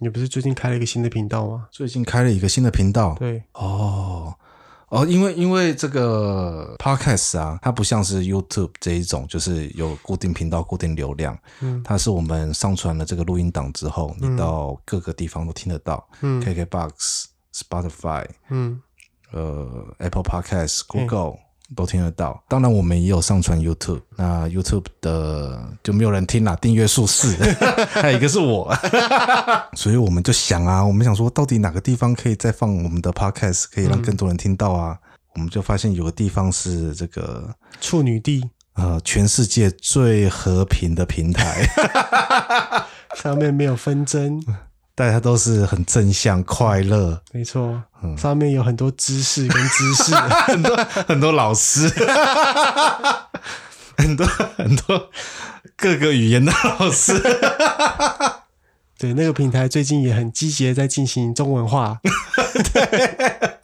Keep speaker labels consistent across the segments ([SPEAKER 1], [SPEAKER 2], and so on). [SPEAKER 1] 你不是最近开了一个新的频道吗？
[SPEAKER 2] 最近开了一个新的频道，
[SPEAKER 1] 对，
[SPEAKER 2] 哦哦，因为因为这个 podcast 啊，它不像是 YouTube 这一种，就是有固定频道、固定流量，
[SPEAKER 1] 嗯
[SPEAKER 2] 它是我们上传了这个录音档之后，你到各个地方都听得到、
[SPEAKER 1] 嗯
[SPEAKER 2] k k b o x Spotify、
[SPEAKER 1] 嗯，
[SPEAKER 2] 呃 Apple Podcast、Google、都听得到。当然，我们也有上传 YouTube，那 YouTube 的就没有人听啦，订阅数是， 还有一个是我， 所以我们就想啊，我们想说，到底哪个地方可以再放我们的 Podcast，可以让更多人听到啊？我们就发现有个地方是这个
[SPEAKER 1] 处女地
[SPEAKER 2] 呃，全世界最和平的平台。
[SPEAKER 1] 上面没有纷争，
[SPEAKER 2] 大家都是很正向、快乐，
[SPEAKER 1] 没错，上面有很多知识跟知识，
[SPEAKER 2] 很多 很多老师， 很多很多各个语言的老师，
[SPEAKER 1] 对，那个平台最近也很积极地在进行中文化，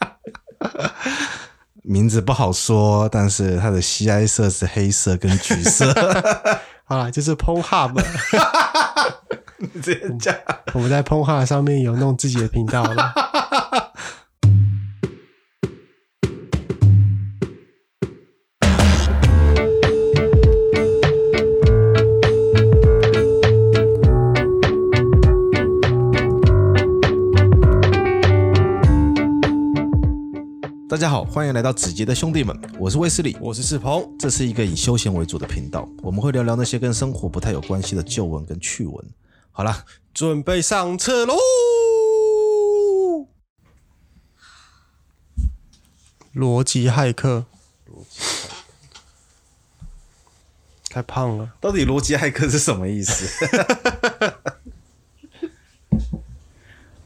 [SPEAKER 2] 名字不好说，但是它的 CI 色是黑色跟橘色。
[SPEAKER 1] 好啦，就是 p o n Hub，
[SPEAKER 2] 直接讲，
[SPEAKER 1] 我们在 p o n Hub 上面有弄自己的频道了。
[SPEAKER 2] 大家好，欢迎来到子杰的兄弟们，我是威斯利，
[SPEAKER 1] 我是世鹏，
[SPEAKER 2] 这是一个以休闲为主的频道，我们会聊聊那些跟生活不太有关系的旧闻跟趣闻。好啦，
[SPEAKER 1] 准备上车喽！逻辑骇客，太胖了，
[SPEAKER 2] 到底逻辑骇客是什么意 思？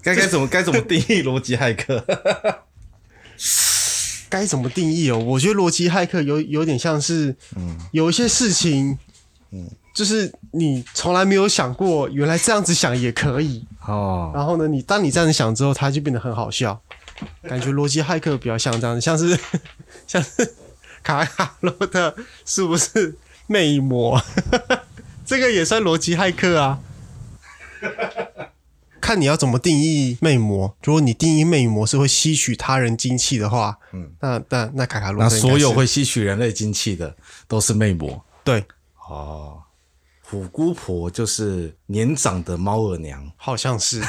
[SPEAKER 2] 该该怎么该怎么定义逻辑骇客？
[SPEAKER 1] 该怎么定义哦？我觉得逻辑骇客有有点像是，有一些事情，就是你从来没有想过，原来这样子想也可以。
[SPEAKER 2] 哦，
[SPEAKER 1] 然后呢，你当你这样子想之后，它就变得很好笑。感觉逻辑骇客比较像这样，像是 像是卡卡洛特是不是魅魔？ 这个也算逻辑骇客啊。看你要怎么定义魅魔。如果你定义魅魔是会吸取他人精气的话，嗯，那那那卡卡洛
[SPEAKER 2] 那
[SPEAKER 1] 特应该是
[SPEAKER 2] 所有会吸取人类精气的都是魅魔。
[SPEAKER 1] 对，
[SPEAKER 2] 哦，虎姑婆就是年长的猫耳娘。
[SPEAKER 1] 好像是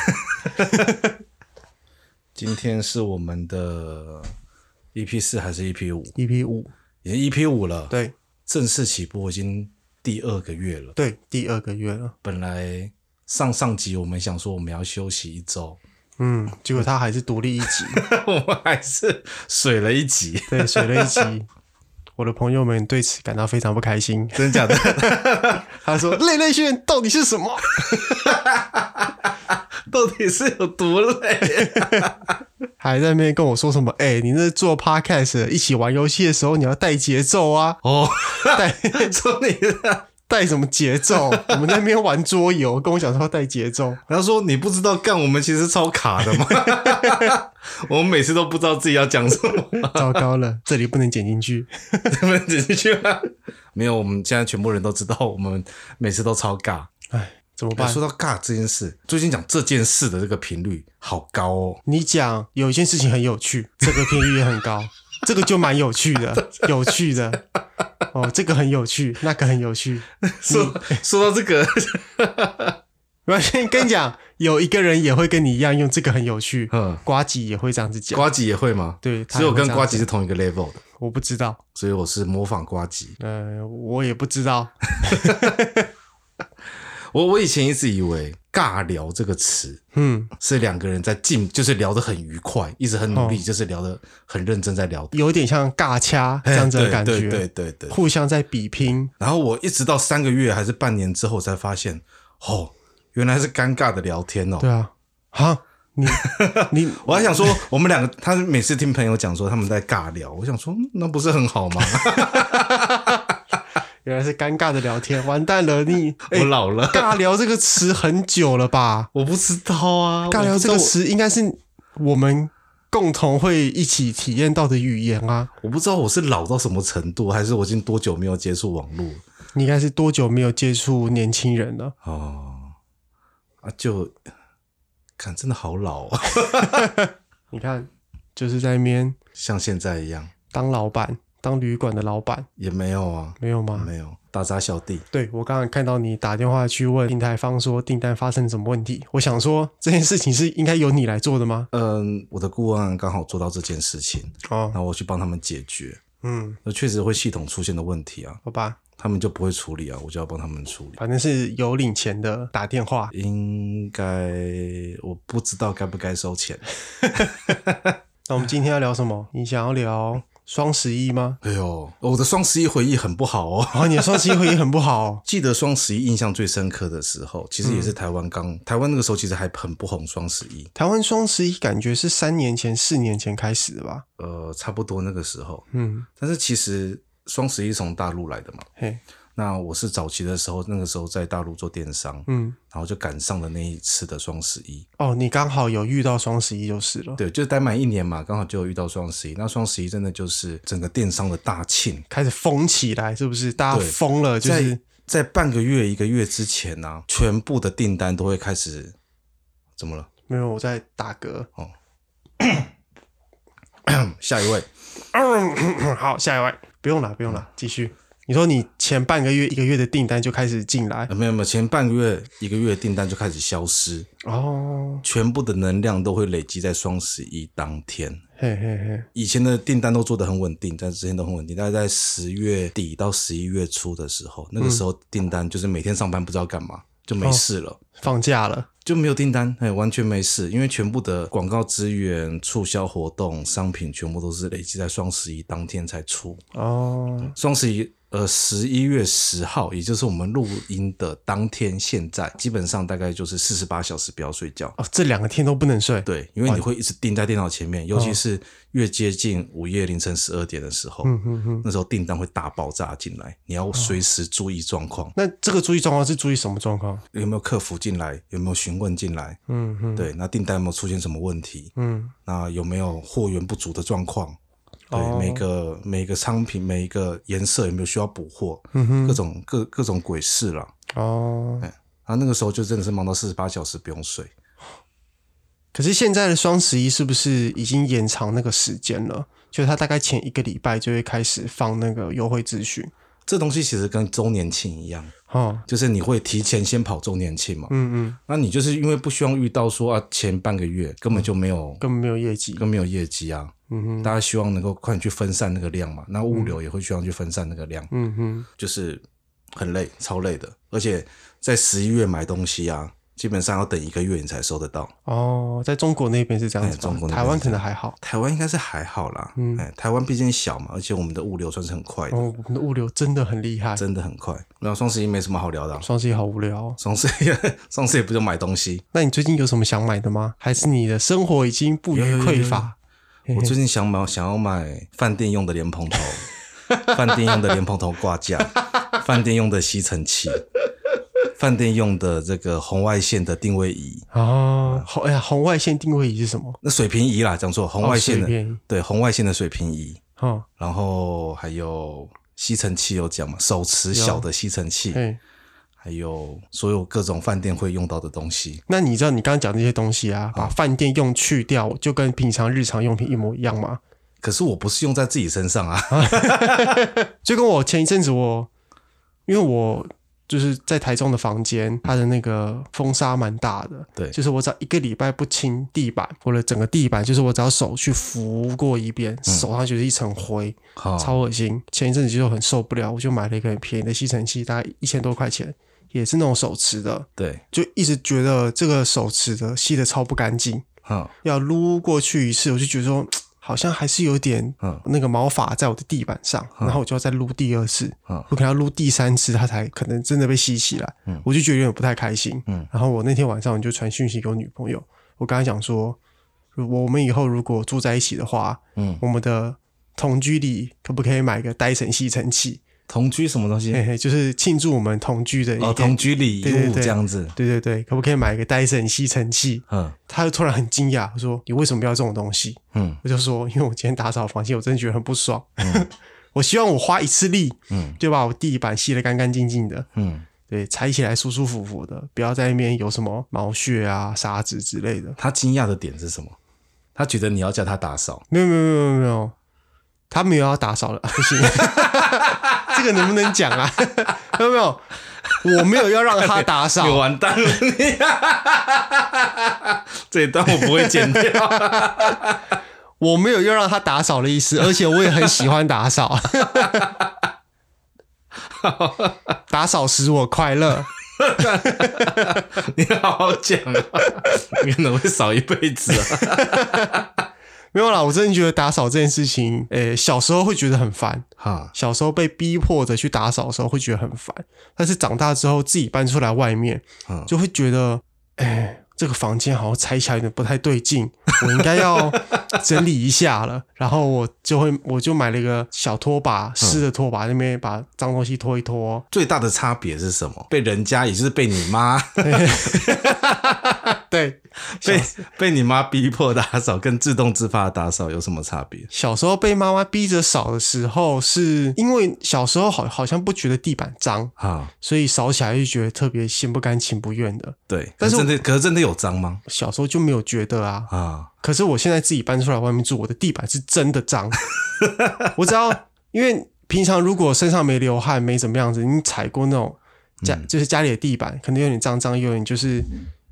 [SPEAKER 2] 今天是我们的 EP 四还是 EP 五？
[SPEAKER 1] EP 五，
[SPEAKER 2] 已经 EP 五了，，
[SPEAKER 1] 对
[SPEAKER 2] 正式起播已经第二个月了。
[SPEAKER 1] 对，第二个月了，
[SPEAKER 2] 本来上上集我们想说我们要休息一周，
[SPEAKER 1] 嗯，结果他还是独立一集。
[SPEAKER 2] 我们还是水了一 集，
[SPEAKER 1] 对，水了一集。我的朋友们对此感到非常不开心。
[SPEAKER 2] 真假的？
[SPEAKER 1] 他说：“类类学院到底是什么
[SPEAKER 2] 到底是有多累？？”
[SPEAKER 1] 还在那边跟我说什么？哎、你那做 podcast 一起玩游戏的时候，你要带节奏啊，
[SPEAKER 2] 哦，
[SPEAKER 1] 带
[SPEAKER 2] 说你的。
[SPEAKER 1] 带什么节奏？我们在那边玩桌游，跟我讲说要带节奏。
[SPEAKER 2] 他说：“你不知道干我们其实超卡的吗？ 我们每次都不知道自己要讲什么，
[SPEAKER 1] 糟糕了，这里不能剪进去。
[SPEAKER 2] 你们只是去吗？没有，我们现在全部人都知道，我们每次都超尬。
[SPEAKER 1] 哎，怎么
[SPEAKER 2] 哎
[SPEAKER 1] 办？
[SPEAKER 2] 说到尬这件事，最近讲这件事的这个频率好高 哦。
[SPEAKER 1] 你讲有一件事情很有趣，这个频率也很高，这个就蛮有趣的，有趣的。哦，这个很有趣，那个很有趣。
[SPEAKER 2] 说 说到这个， 嗯
[SPEAKER 1] 我先跟你讲，有一个人也会跟你一样用这个很有趣，
[SPEAKER 2] 嗯，
[SPEAKER 1] 瓜吉也会这样子讲。
[SPEAKER 2] 瓜吉也会吗？
[SPEAKER 1] 对，他
[SPEAKER 2] 所以
[SPEAKER 1] 也
[SPEAKER 2] 我
[SPEAKER 1] 会
[SPEAKER 2] 跟
[SPEAKER 1] 这样
[SPEAKER 2] 瓜吉
[SPEAKER 1] 讲
[SPEAKER 2] 是同一个 level 的，
[SPEAKER 1] 我不知道，
[SPEAKER 2] 所以我是模仿瓜吉。
[SPEAKER 1] 呃，我也不知道。呃
[SPEAKER 2] 我我以前一直以为“尬聊”这个词
[SPEAKER 1] 嗯，
[SPEAKER 2] 是两个人在进，就是聊得很愉快，一直很努力，
[SPEAKER 1] 哦
[SPEAKER 2] 就是聊得很认真在聊
[SPEAKER 1] 有点像尬掐这样子的感觉，
[SPEAKER 2] 哎对对对对对。
[SPEAKER 1] 互相在比拼。
[SPEAKER 2] 然后我一直到三个月还是半年之后才发现，哦，原来是尴尬的聊天哦。
[SPEAKER 1] 对啊，哈，你你
[SPEAKER 2] 我还想说，我们两个，他每次听朋友讲说他们在尬聊，我想说嗯那不是很好 吗？
[SPEAKER 1] 原来是尴尬的聊天，完蛋了你！
[SPEAKER 2] 我老了，
[SPEAKER 1] 尬聊这个词很久了 吧？
[SPEAKER 2] 我不知道啊，
[SPEAKER 1] 尬聊这
[SPEAKER 2] 我
[SPEAKER 1] 个
[SPEAKER 2] 不知道
[SPEAKER 1] 词应该是我们共同会一起体验到的语言啊。
[SPEAKER 2] 我，我不知道我是老到什么程度，还是我已经多久没有接触网络了
[SPEAKER 1] 你应该是多久没有接触年轻人了？
[SPEAKER 2] 哦啊，就哦 看真的好老、哦，
[SPEAKER 1] 你看，就是在那边
[SPEAKER 2] 像现在一样
[SPEAKER 1] 当老板，当旅馆的老板，
[SPEAKER 2] 也没有啊，
[SPEAKER 1] 没有吗？
[SPEAKER 2] 没有打杂小弟，
[SPEAKER 1] 对我刚刚看到你打电话去问订台方说订单发生什么问题，我想说这件事情是应该由你来做的吗？
[SPEAKER 2] 嗯，我的顾问刚好做到这件事情，
[SPEAKER 1] 哦
[SPEAKER 2] 然，后我去帮他们解决，
[SPEAKER 1] 嗯，
[SPEAKER 2] 那确实会系统出现的问题啊，
[SPEAKER 1] 好吧，
[SPEAKER 2] 他们就不会处理啊，我就要帮他们处理。
[SPEAKER 1] 反正是有领钱的打电话，
[SPEAKER 2] 应该我不知道该不该收钱。
[SPEAKER 1] 那我们今天要聊什么？你想要聊双十一吗？
[SPEAKER 2] 哎呦，我的双十一回忆很不好哦。
[SPEAKER 1] 然后你的双十一回忆很不好哦、
[SPEAKER 2] 记得双十一印象最深刻的时候，其实也
[SPEAKER 1] 嗯
[SPEAKER 2] 是台湾刚、台湾那个时候其实还很不红双十一，
[SPEAKER 1] 台湾双十一感觉是三年前、四年前开始的吧？
[SPEAKER 2] 呃，差不多那个时候。
[SPEAKER 1] 嗯，
[SPEAKER 2] 但是其实双十一是从大陆来的嘛，
[SPEAKER 1] 嘿，
[SPEAKER 2] 那我是早期的时候，那个时候在大陆做电商，
[SPEAKER 1] 嗯，
[SPEAKER 2] 然后就赶上了那一次的双十一。
[SPEAKER 1] 哦，你刚好有遇到双十一就是了，
[SPEAKER 2] 对，就待满一年嘛，刚好就有遇到双十一。那双十一真的就是整个电商的大庆，
[SPEAKER 1] 开始疯起来，是不是？大家
[SPEAKER 2] 对
[SPEAKER 1] 疯了，就是
[SPEAKER 2] 在半个月、一个月之前呢、全部的订单都会开始怎么了？
[SPEAKER 1] 没有我在打嗝。
[SPEAKER 2] 嗯下一位，
[SPEAKER 1] 好，下一位，不用了，不用了，继续。你说你前半个月、一个月的订单就开始进来
[SPEAKER 2] 呃、没有没有，前半个月、一个月的订单就开始消失，
[SPEAKER 1] 哦，
[SPEAKER 2] 全部的能量都会累积在双十一当天。
[SPEAKER 1] 嘿嘿嘿，
[SPEAKER 2] 以前的订单都做得很稳定，但之前都很稳定，大概在十月底到十一月初的时候，
[SPEAKER 1] 嗯
[SPEAKER 2] 那个时候订单就是每天上班不知道干嘛，就
[SPEAKER 1] 哦
[SPEAKER 2] 没事了。
[SPEAKER 1] 放假了，
[SPEAKER 2] 就没有订单，哎，完全没事，因为全部的广告资源、促销活动、商品全部都是累积在双十一当天才出。
[SPEAKER 1] 哦，
[SPEAKER 2] 双十一，呃，十一月十号，也就是我们录音的当天，现在基本上大概就是四十八小时不要睡觉。
[SPEAKER 1] 哦，这两个天都不能睡，
[SPEAKER 2] 对，因为你会一直盯在电脑前面，尤其是越接近午夜凌晨十二点的时候，那时候订单会大爆炸进来，你要随时注意状况，
[SPEAKER 1] 那这个注意状况是注意什么状况？
[SPEAKER 2] 有没有客服进来，有没有询问进来，
[SPEAKER 1] 嗯嗯
[SPEAKER 2] 对，那订单有没有出现什么问题，
[SPEAKER 1] 嗯，
[SPEAKER 2] 那有没有货源不足的状况？对，
[SPEAKER 1] 哦
[SPEAKER 2] 每个每个商品、每一个颜色有没有需要补货？嗯、各种各各种鬼事啦。
[SPEAKER 1] 哦，
[SPEAKER 2] 啊，那个时候就真的是忙到四十八小时不用睡。
[SPEAKER 1] 可是现在的双十一是不是已经延长那个时间了？就是它大概前一个礼拜就会开始放那个优惠资讯。
[SPEAKER 2] 这东西其实跟周年庆一样，
[SPEAKER 1] 哦，
[SPEAKER 2] 就是你会提前先跑周年庆嘛。
[SPEAKER 1] 嗯嗯，
[SPEAKER 2] 那你就是因为不希望遇到说啊，前半个月根本就没有、
[SPEAKER 1] 根本没有业绩。
[SPEAKER 2] 更没有业绩啊。
[SPEAKER 1] 嗯哼，
[SPEAKER 2] 大家希望能够快点去分散那个量嘛，那物流也会希望去分散那个量，
[SPEAKER 1] 嗯哼，
[SPEAKER 2] 就是很累，超累的。而且在十一月买东西啊，基本上要等一个月你才收得到。
[SPEAKER 1] 哦，在中国那边是这样子
[SPEAKER 2] 哎
[SPEAKER 1] 吧，
[SPEAKER 2] 中国那边
[SPEAKER 1] 台湾可能还好。
[SPEAKER 2] 台湾应该是还好啦，嗯，哎，台湾毕竟小嘛，而且我们的物流算是很快的，
[SPEAKER 1] 哦，我们的物流真的很厉害。
[SPEAKER 2] 真的很快。然后双十一没什么好聊的、啊，
[SPEAKER 1] 双十一好无聊、哦。
[SPEAKER 2] 双十一 双十一不就买东西？
[SPEAKER 1] 那你最近有什么想买的吗？还是你的生活已经不虞匮乏？
[SPEAKER 2] 我最近想买想要买饭店用的 莲蓬头，饭店用的莲蓬头挂架，饭店用的吸尘器，饭店用的这个红外线的定位仪，
[SPEAKER 1] 哦，红哎呀，红外线定位仪是什么？
[SPEAKER 2] 那水平仪啦，讲错，红外
[SPEAKER 1] 哦
[SPEAKER 2] 线的、
[SPEAKER 1] 水平仪
[SPEAKER 2] 对红外线的水平仪，
[SPEAKER 1] 哦，
[SPEAKER 2] 然后还有吸尘器有讲嘛，手持小的吸尘器。
[SPEAKER 1] 哎，
[SPEAKER 2] 还有所有各种饭店会用到的东西。
[SPEAKER 1] 那你知道你刚刚讲这些东西
[SPEAKER 2] 哦
[SPEAKER 1] 啊，把饭店用去掉，就跟平常日常用品一模一样吗？
[SPEAKER 2] 可是我不是用在自己身 上啊，
[SPEAKER 1] 就跟我前一阵子我，因为我就是在台中的房间，它的那个风沙蛮大的，
[SPEAKER 2] 嗯对
[SPEAKER 1] 就是我只要一个礼拜不清地板，我的整个地板就是我只要手去拂过一遍，
[SPEAKER 2] 嗯
[SPEAKER 1] 手上就是一层灰，
[SPEAKER 2] 哦
[SPEAKER 1] 超恶心。前一阵子就很受不了，我就买了一个很便宜的吸尘器，大概一千多块钱，也是那种手持的，
[SPEAKER 2] 对，
[SPEAKER 1] 就一直觉得这个手持的吸的超不干净，
[SPEAKER 2] 哈、
[SPEAKER 1] 要撸过去一次，我就觉得说好像还是有点
[SPEAKER 2] 嗯
[SPEAKER 1] 那个毛发在我的地板上，然后我就要再撸第二次，
[SPEAKER 2] 嗯
[SPEAKER 1] 我可能要撸第三次，它才可能真的被吸起来，我就觉得有点不太开心。
[SPEAKER 2] 嗯
[SPEAKER 1] 然后我那天晚上我就传讯息给我女朋友，我跟她讲说，如我们以后如果住在一起的话，
[SPEAKER 2] 嗯
[SPEAKER 1] 我们的同居里可不可以买个戴森吸尘器？
[SPEAKER 2] 同居什么东西？
[SPEAKER 1] 嘿嘿，就是庆祝我们同居的一
[SPEAKER 2] 哦，
[SPEAKER 1] 个
[SPEAKER 2] 同居礼
[SPEAKER 1] 对对
[SPEAKER 2] 物
[SPEAKER 1] 对
[SPEAKER 2] 这样子，
[SPEAKER 1] 对对对，可不可以买一个戴森吸尘器？
[SPEAKER 2] 嗯
[SPEAKER 1] 他就突然很惊讶，我说：“你为什么要这种东西
[SPEAKER 2] 嗯？”
[SPEAKER 1] 我就说：“因为我今天打扫房间，我真的觉得很不 爽。我希望我花一次力，嗯，就把我地板吸得干干净净的。
[SPEAKER 2] 嗯，
[SPEAKER 1] 对，踩起来舒舒服服的，不要在那边有什么毛屑啊、沙子之类的。
[SPEAKER 2] 他惊讶的点是什么？他觉得你要叫他打扫，
[SPEAKER 1] 没有没有没有没有没有，他没有要打扫了， 不行，这个能不能讲啊？ 没有没有，我没有要让他打
[SPEAKER 2] 你
[SPEAKER 1] 扫，
[SPEAKER 2] 完蛋了！你这一段我不会 剪掉。
[SPEAKER 1] 我没有要让他打扫的意思，而且我也很喜欢打扫，打扫使我快乐。
[SPEAKER 2] 你好好讲啊，你可能会少一辈 子啊。
[SPEAKER 1] 没有啦，我真的觉得打扫这件事情，诶、小时候会觉得很烦，
[SPEAKER 2] 哈，
[SPEAKER 1] 小时候被逼迫着去打扫的时候会觉得很烦，但是长大之后自己搬出来外面
[SPEAKER 2] 嗯，
[SPEAKER 1] 就会觉得，哎、这个房间好像拆起来有点不太对劲，我应该要整理一下了。然后我就会，我就买了一个小拖把，湿的拖把，那边把脏东西拖一拖。
[SPEAKER 2] 最大的差别是什么？被人家，也就是被你 妈，
[SPEAKER 1] 对，
[SPEAKER 2] 被被你妈逼迫打扫，跟自动自发的打扫有什么差别？
[SPEAKER 1] 小时候被妈妈逼着扫的时候，是因为小时候好好像不觉得地板脏，
[SPEAKER 2] 啊，
[SPEAKER 1] 所以扫起来就觉得特别心不甘情不愿的。
[SPEAKER 2] 对，
[SPEAKER 1] 但
[SPEAKER 2] 但
[SPEAKER 1] 是
[SPEAKER 2] 是
[SPEAKER 1] 我
[SPEAKER 2] 真的，可是真的有脏吗？
[SPEAKER 1] 小时候就没有觉得啊，
[SPEAKER 2] 啊，
[SPEAKER 1] 可是我现在自己搬出来外面住，我的地板是真的脏。我只要因为平常如果身上没流汗没怎么样子，你踩过那种家、就是家里的地板，可能有点脏脏，有点就是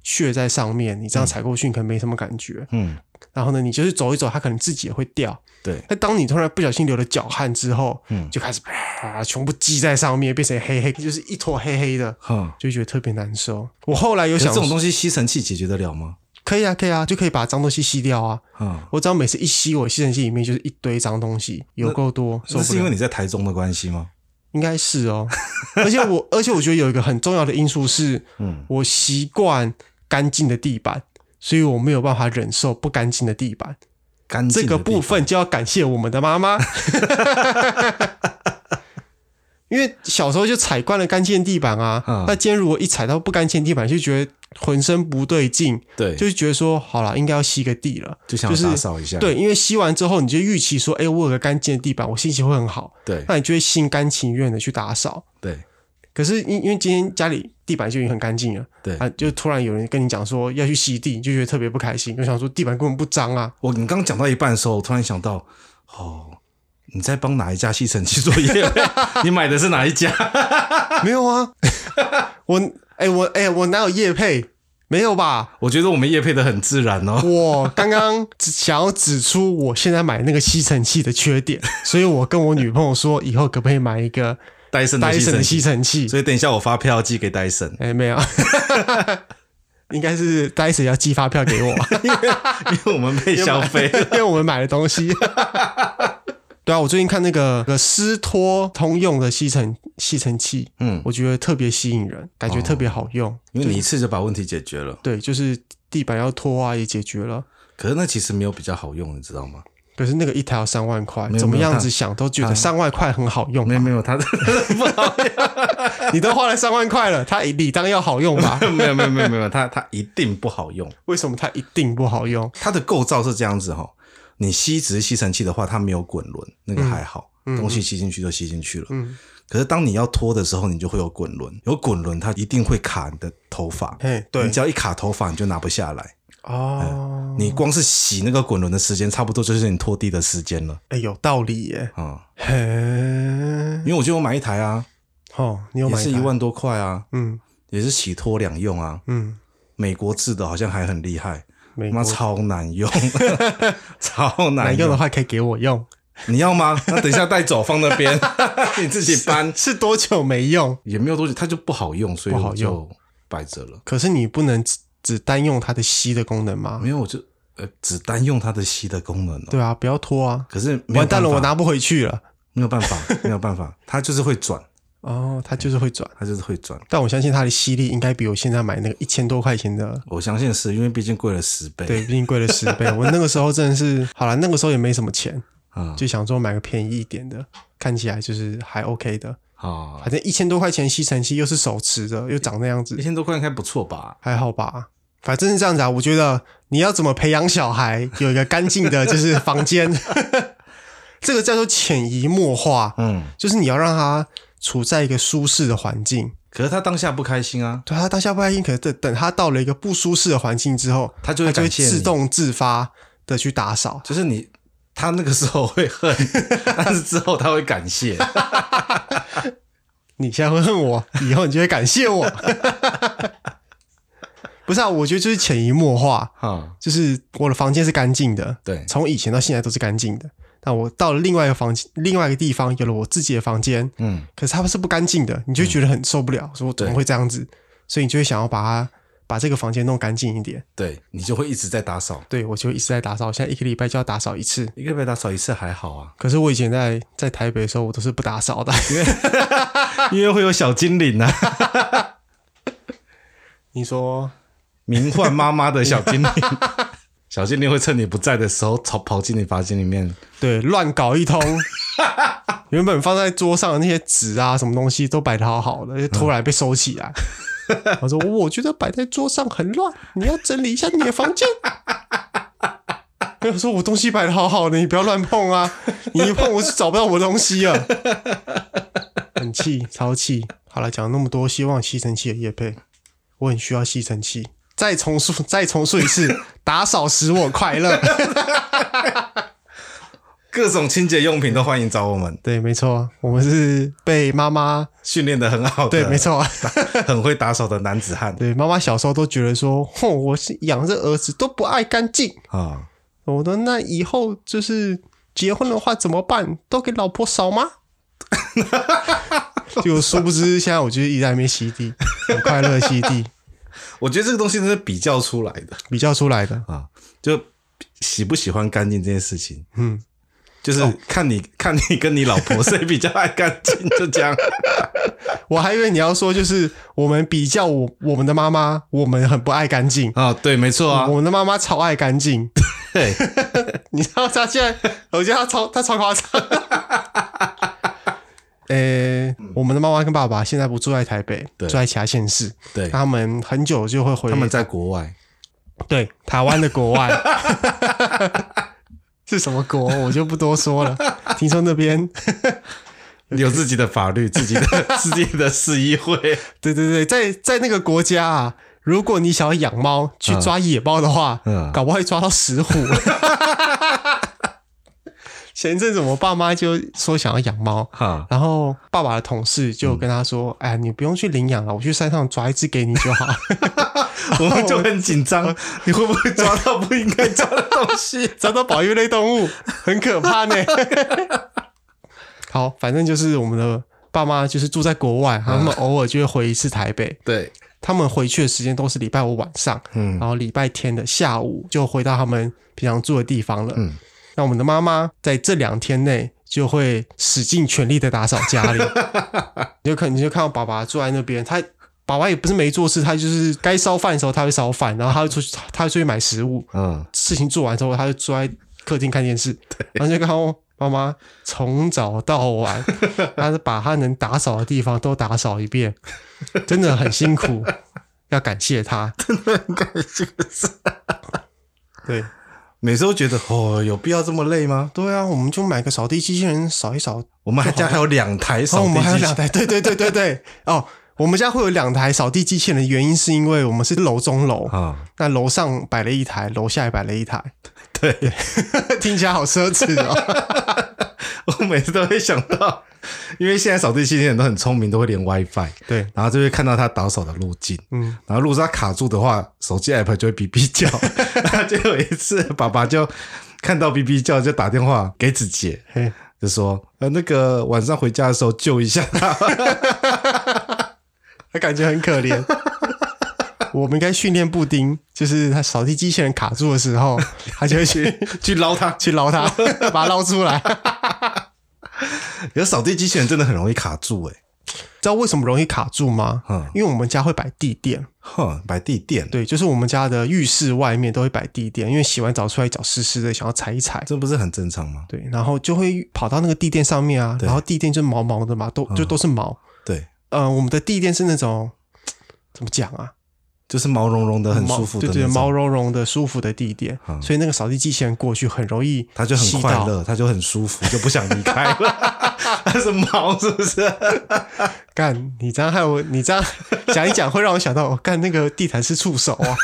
[SPEAKER 1] 血在上面，你这样踩过去，你可能没什么感觉。
[SPEAKER 2] 嗯，
[SPEAKER 1] 然后呢，你就是走一走，它可能自己也会掉。
[SPEAKER 2] 对，
[SPEAKER 1] 但当你突然不小心流了脚汗之后，
[SPEAKER 2] 嗯
[SPEAKER 1] 就开始啪，全部积在上面，变成黑黑，就是一坨黑黑的，
[SPEAKER 2] 哈，
[SPEAKER 1] 就觉得特别难受。我后来有
[SPEAKER 2] 可是
[SPEAKER 1] 想
[SPEAKER 2] 这种东西吸尘器解决得了吗？
[SPEAKER 1] 可以啊，可以啊，就可以把脏东西吸掉啊。
[SPEAKER 2] 啊，
[SPEAKER 1] 我只要每次一吸，我吸尘器里面就是一堆脏东西，有够多，受
[SPEAKER 2] 这
[SPEAKER 1] 不
[SPEAKER 2] 是因为
[SPEAKER 1] 了。
[SPEAKER 2] 你在台中的关系吗？
[SPEAKER 1] 应该是哦， 而且我而且我觉得有一个很重要的因素是，
[SPEAKER 2] 嗯
[SPEAKER 1] 我习惯干净的地板，所以我没有办法忍受不干净的地板。
[SPEAKER 2] 干净
[SPEAKER 1] 这
[SPEAKER 2] 的
[SPEAKER 1] 个
[SPEAKER 2] 地
[SPEAKER 1] 部分就要感谢我们的妈 妈，因为小时候就踩惯了干净的地板啊
[SPEAKER 2] 嗯。
[SPEAKER 1] 那今天如果一踩到不干净的地板，就觉得浑身不对劲，
[SPEAKER 2] 对，
[SPEAKER 1] 就
[SPEAKER 2] 就
[SPEAKER 1] 觉得说好了，应该要吸个地了。
[SPEAKER 2] 就想
[SPEAKER 1] 就是
[SPEAKER 2] 打扫一下，
[SPEAKER 1] 对，因为吸完之后，你就预期说，哎、我有个干净的地板，我心情会很好，
[SPEAKER 2] 对
[SPEAKER 1] 那你就会心甘情愿的去打扫。
[SPEAKER 2] 对
[SPEAKER 1] 可是因因为今天家里地板就已经很干净了，
[SPEAKER 2] 对，
[SPEAKER 1] 啊，就突然有人跟你讲说要去吸地，你就觉得特别不开心，就想说地板根本不脏啊，
[SPEAKER 2] 我你刚讲到一半的时候，我突然想到，哦，你在帮哪一家吸尘器作业？ 你买的是哪一家？
[SPEAKER 1] 没有啊，我哎、我哎、我哪有叶配？没有吧？
[SPEAKER 2] 我觉得我们业配的很自然哦。
[SPEAKER 1] 我刚刚只 想要指出我现在买那个吸尘器的缺点，所以我跟我女朋友说，以后可不可以买一个
[SPEAKER 2] 戴森的
[SPEAKER 1] 戴
[SPEAKER 2] 吸
[SPEAKER 1] 森
[SPEAKER 2] 尘
[SPEAKER 1] 的吸
[SPEAKER 2] 器，
[SPEAKER 1] 尘器？
[SPEAKER 2] 所以等一下我发票寄给戴森，
[SPEAKER 1] 哎、没有，应该是 Dyson 要寄发票给我，
[SPEAKER 2] 因为我们被 消费。
[SPEAKER 1] 因为我们买了东西。 对啊，我最近看那个个湿拖通用的吸尘吸尘器，
[SPEAKER 2] 嗯，
[SPEAKER 1] 我觉得特别吸引人，感
[SPEAKER 2] 哦
[SPEAKER 1] 觉特别好用。
[SPEAKER 2] 因为你一次就把问题解决了，
[SPEAKER 1] 对，就是地板要拖啊，也解决了。
[SPEAKER 2] 可是那其实没有比较好用，你知道吗？
[SPEAKER 1] 可是那个一台要三万块，
[SPEAKER 2] 没有
[SPEAKER 1] 怎么
[SPEAKER 2] 没有
[SPEAKER 1] 样
[SPEAKER 2] 它
[SPEAKER 1] 子想都觉得三万块很好用吧。
[SPEAKER 2] 没有，他不好
[SPEAKER 1] 你都花了三万块了，它理当要好用 吧？
[SPEAKER 2] 用，没有没有没有没有，它它一定不好用。
[SPEAKER 1] 为什么它一定不好用？
[SPEAKER 2] 它的构造是这样子哈、你吸只是吸尘器的话，它没有滚轮，那个还好，东西吸进去就吸进去了。
[SPEAKER 1] 嗯
[SPEAKER 2] 可是当你要拖的时候，你就会有滚轮，有滚轮它一定会卡你的头发，
[SPEAKER 1] 嘿，
[SPEAKER 2] 你
[SPEAKER 1] 对
[SPEAKER 2] 只要一卡头发你就拿不下来。
[SPEAKER 1] 哦，
[SPEAKER 2] 你光是洗那个滚轮的时间，差不多就是你拖地的时间了
[SPEAKER 1] 哎、有道理耶。
[SPEAKER 2] 啊、
[SPEAKER 1] 嘿，
[SPEAKER 2] 嗯！因为我就有买一台啊，
[SPEAKER 1] 哦，你有
[SPEAKER 2] 也
[SPEAKER 1] 买
[SPEAKER 2] 是一
[SPEAKER 1] 它？
[SPEAKER 2] 万多块啊，
[SPEAKER 1] 嗯
[SPEAKER 2] 也是洗拖两用啊，
[SPEAKER 1] 嗯，
[SPEAKER 2] 美国制的，好像还很厉害，
[SPEAKER 1] 美国
[SPEAKER 2] 妈超难 用，超难
[SPEAKER 1] 难
[SPEAKER 2] 用
[SPEAKER 1] 用的话可以给我用，
[SPEAKER 2] 你要吗？那等一下带走放那边， 你自己搬。
[SPEAKER 1] 是多久没用？
[SPEAKER 2] 也没有多久，它就不好用，所以
[SPEAKER 1] 不好
[SPEAKER 2] 我就摆着了。
[SPEAKER 1] 可是你不能只只单用它的吸的功能吗？
[SPEAKER 2] 没有，我就呃只单用它的吸的功能哦。
[SPEAKER 1] 对啊，不要拖啊！
[SPEAKER 2] 可是没有
[SPEAKER 1] 完蛋了，
[SPEAKER 2] 办
[SPEAKER 1] 我
[SPEAKER 2] 法
[SPEAKER 1] 拿不回去了。
[SPEAKER 2] 没有办法，没有办法，它就是会转，
[SPEAKER 1] 哦，它就是会转，
[SPEAKER 2] 它就是会转。
[SPEAKER 1] 但我相信它的吸力应该比我现在买那个一千多块钱的，
[SPEAKER 2] 我相信是因为毕竟贵了十倍。
[SPEAKER 1] 对，毕竟贵了十倍。我那个时候真的是，好了，那个时候也没什么钱，
[SPEAKER 2] 啊
[SPEAKER 1] 就想说买个便宜一点的，看起来就是还 OK 的。
[SPEAKER 2] 啊，
[SPEAKER 1] 反正一千多块钱吸尘器又是手持的，又长那样子
[SPEAKER 2] 一，千多块应该不错吧？
[SPEAKER 1] 还好吧，反正是这样子啊。我觉得你要怎么培养小孩有一个干净的，就是房间， 这个叫做潜移默化，
[SPEAKER 2] 嗯，
[SPEAKER 1] 就是你要让他处在一个舒适的环境。
[SPEAKER 2] 可是他当下不开心啊，
[SPEAKER 1] 对他当下不开心，可是等等他到了一个不舒适的环境之后，
[SPEAKER 2] 他就
[SPEAKER 1] 他
[SPEAKER 2] 会
[SPEAKER 1] 就会
[SPEAKER 2] 感谢
[SPEAKER 1] 自
[SPEAKER 2] 你，
[SPEAKER 1] 动自发的去打扫。
[SPEAKER 2] 就是你他那个时候会 恨，但是之后他会感谢。
[SPEAKER 1] 你现在会恨我，以后你就会感谢我。 不是啊，我觉得就是潜移默化，
[SPEAKER 2] 哈，
[SPEAKER 1] 就是我的房间是干净的，
[SPEAKER 2] 对，
[SPEAKER 1] 从以前到现在都是干净的。但我到了另外一个房间，另外一个地方，有了我自己的房间，
[SPEAKER 2] 嗯，
[SPEAKER 1] 可是它是不干净的，你就觉得很受不了，说我怎么
[SPEAKER 2] 对
[SPEAKER 1] 会这样子？所以你就会想要把它把这个房间弄干净一点。
[SPEAKER 2] 对你就会一直在打扫，
[SPEAKER 1] 对我就一直在打扫，现在一个礼拜就要打扫一次。
[SPEAKER 2] 一个礼拜打扫一次还好啊，
[SPEAKER 1] 可是我以前在在台北的时候，我都是不打扫的。
[SPEAKER 2] 因为会有小精灵啊，
[SPEAKER 1] 你说
[SPEAKER 2] 名唤妈妈的小 精灵，小精灵会趁你不在的时候跑跑进你房间里面，
[SPEAKER 1] 对，乱搞一通。原本放在桌上的那些纸啊，什么东西都摆的好好的，就突然被收起来。我说，我觉得摆在桌上很乱，你要整理一下你的房间。没有说，我东西摆的好好的，你不要乱碰啊！你一碰，我是找不到我的东西了。很气，超气。好了，讲了那么多，希望吸尘器的叶配，我很需要吸尘器。再重述，再重述一次，打扫使我快乐。
[SPEAKER 2] 各种清洁用品都欢迎找我们，
[SPEAKER 1] 对，没错，啊我们是被妈妈
[SPEAKER 2] 训练的很好的，
[SPEAKER 1] 对，没，错， 啊
[SPEAKER 2] 很会打扫的男子汉
[SPEAKER 1] 对妈妈小时候都觉得说，哼，我是养这儿子都不爱干净，
[SPEAKER 2] 啊，
[SPEAKER 1] 我说那以后就是结婚的话怎么办？都给老婆扫吗？ 就殊不知，现在我就是一直在那边吸地，很快乐吸地，
[SPEAKER 2] 我觉得这个东西真是比较出来的
[SPEAKER 1] 比较出来的。
[SPEAKER 2] 啊，就喜不喜欢干净这件事情，
[SPEAKER 1] 嗯，
[SPEAKER 2] 就是看你、 看你跟你老婆谁比较爱干净，就这样。
[SPEAKER 1] 我还以为你要说就是我们比较我我们的妈妈，我们很不爱干净，
[SPEAKER 2] 啊，对，没错啊
[SPEAKER 1] 我，们的妈妈超爱干净。
[SPEAKER 2] 对，
[SPEAKER 1] 你知道他现在，我觉得他超他超夸张。 呃、我们的妈妈跟爸爸现在不住在台北，住
[SPEAKER 2] 嗯对
[SPEAKER 1] 在其他县市。
[SPEAKER 2] 对
[SPEAKER 1] 他们很久就会回
[SPEAKER 2] 他们在国外，
[SPEAKER 1] 对台湾的国 外是什么国，我就不多说了。听说那边，
[SPEAKER 2] 有自己的法律，自己 的自己的市议 会，
[SPEAKER 1] 对对对，在在那个国家啊，如果你想要养猫去抓野猫的话，
[SPEAKER 2] 嗯
[SPEAKER 1] 搞不好会抓到石虎。 前一阵子我爸妈就说想要养猫，
[SPEAKER 2] 哈，
[SPEAKER 1] 然后爸爸的同事就跟他说：“哎，你不用去领养了，我去山上抓一只给你就好。？
[SPEAKER 2] 我们就很紧 张，你会不会抓到不应 该抓的 东西
[SPEAKER 1] 找到保育类动物很可怕 呢。”好，反正就是我们的爸妈就是住在国外，他
[SPEAKER 2] 嗯
[SPEAKER 1] 们偶尔就会回一次台北。
[SPEAKER 2] 对，
[SPEAKER 1] 他们回去的时间都是礼拜五晚上，
[SPEAKER 2] 嗯
[SPEAKER 1] 然后礼拜天的下午就回到他们平常住的地方了。
[SPEAKER 2] 嗯
[SPEAKER 1] 那我们的妈妈在这两天内就会使尽全力的打扫家 里，你就看你就看到爸爸坐在那边，他爸爸也不是没做事，他就是该烧饭的时候他会烧饭，然后他会出去他会出去买食物，
[SPEAKER 2] 嗯，
[SPEAKER 1] 事情做完之后他就坐在客厅看电视，然后就看到妈妈从早到 晚，她是把她能打扫的地方都打扫一遍，真的很辛 苦，要感谢她，真的很感谢她。对，
[SPEAKER 2] 每次都觉得哦，有必要这么累吗？
[SPEAKER 1] 对啊，我们就买个扫地机器人扫一扫。
[SPEAKER 2] 我们还家还有两台
[SPEAKER 1] 哦，
[SPEAKER 2] 扫
[SPEAKER 1] 我们
[SPEAKER 2] 地
[SPEAKER 1] 还有
[SPEAKER 2] 机器
[SPEAKER 1] 两，台，对对对对对。哦，我们家会有两台扫地机器人，的原因是因为我们是楼中楼，
[SPEAKER 2] 啊，
[SPEAKER 1] 那楼上摆了一台，楼下也摆了一台，
[SPEAKER 2] 对，
[SPEAKER 1] 听起来好奢侈哦。
[SPEAKER 2] 我每次都会想到，因为现在扫地机器人都很聪明，都会连 WiFi，
[SPEAKER 1] 对，
[SPEAKER 2] 然后就会看到它打扫的路径。
[SPEAKER 1] 嗯，
[SPEAKER 2] 然后如果是它卡住的话，手机 app 就会哔 哔叫。然后就有一次，爸爸就看到哔哔叫，就打电话给子杰，
[SPEAKER 1] 嘿
[SPEAKER 2] 就说：“呃，那个晚上回家的时候救 一下他。
[SPEAKER 1] 他感觉很可怜。 我们应该训练布丁，就是他扫地机器人卡住的时候，他就会 去
[SPEAKER 2] 去捞它。
[SPEAKER 1] 去捞它， 把它捞出来。
[SPEAKER 2] 可是扫地机器人真的很容易卡住、欸，哎，
[SPEAKER 1] 知道为什么容易卡住吗？
[SPEAKER 2] 嗯
[SPEAKER 1] 因为我们家会摆地垫，
[SPEAKER 2] 哼，摆地垫，
[SPEAKER 1] 对，就是我们家的浴室外面都会摆地垫，因为洗完澡出来脚湿湿的，想要踩一踩。
[SPEAKER 2] 这不是很正常吗？
[SPEAKER 1] 对，然后就会跑到那个地垫上面啊，然后地垫就毛毛的嘛，都就都是毛。
[SPEAKER 2] 对，
[SPEAKER 1] 呃，我们的地垫是那种怎么讲啊？
[SPEAKER 2] 就是毛茸茸的，很
[SPEAKER 1] 毛
[SPEAKER 2] 舒服的
[SPEAKER 1] 对
[SPEAKER 2] 那
[SPEAKER 1] 对，
[SPEAKER 2] 种。嗯
[SPEAKER 1] 毛茸茸的、舒服的地垫，所以那个扫地机器人过去很容易，
[SPEAKER 2] 它就很
[SPEAKER 1] 吸
[SPEAKER 2] 快
[SPEAKER 1] 到。
[SPEAKER 2] 乐，它就很舒服，就不想离开了。它是猫是不是？
[SPEAKER 1] 干，你这样害我， 你这样讲一讲，会让我想到，我、哦干那个地毯是触手啊。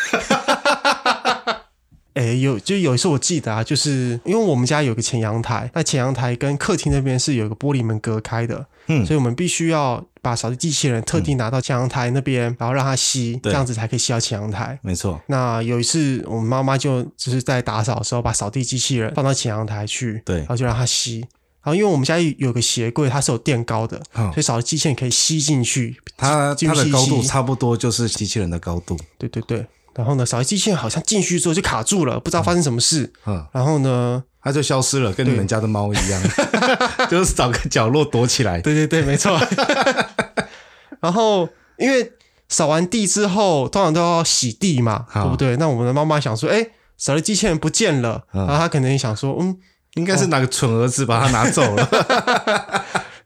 [SPEAKER 1] 哎、有就有一次我记得啊，就是因为我们家有个前阳台，那前阳台跟客厅那边是有一个玻璃门隔开的，
[SPEAKER 2] 嗯
[SPEAKER 1] 所以我们必须要把扫地机器人特地拿到前阳台那边，然后让它吸，这
[SPEAKER 2] 对
[SPEAKER 1] 样子才可以吸到前阳台。
[SPEAKER 2] 没错，
[SPEAKER 1] 那有一次，我妈妈就就是在打扫的时候，把扫地机器人放到前阳台去，
[SPEAKER 2] 对
[SPEAKER 1] 然后就让它吸。然后因为我们家有个鞋柜，它是有垫高的，
[SPEAKER 2] 嗯
[SPEAKER 1] 所以扫地机器人可以吸进去。
[SPEAKER 2] 它
[SPEAKER 1] 进
[SPEAKER 2] 它的
[SPEAKER 1] 去
[SPEAKER 2] 高度
[SPEAKER 1] 吸
[SPEAKER 2] 差不多就是机器人的高度。
[SPEAKER 1] 对对对。然后呢，扫地机器人好像进去之后就卡住了，不知道发生什么事。
[SPEAKER 2] 嗯，
[SPEAKER 1] 然后呢，
[SPEAKER 2] 它就消失了，跟你们家的猫一样， 就是找个角落躲起来。
[SPEAKER 1] 对对对，没错。 然后因为扫完地之后，通常都要洗地嘛，
[SPEAKER 2] 嗯
[SPEAKER 1] 对不对？那我们的妈妈想说，哎，扫地机器人不见了，然后她可能也想说，嗯，
[SPEAKER 2] 应该是哪个蠢儿子把它拿走了。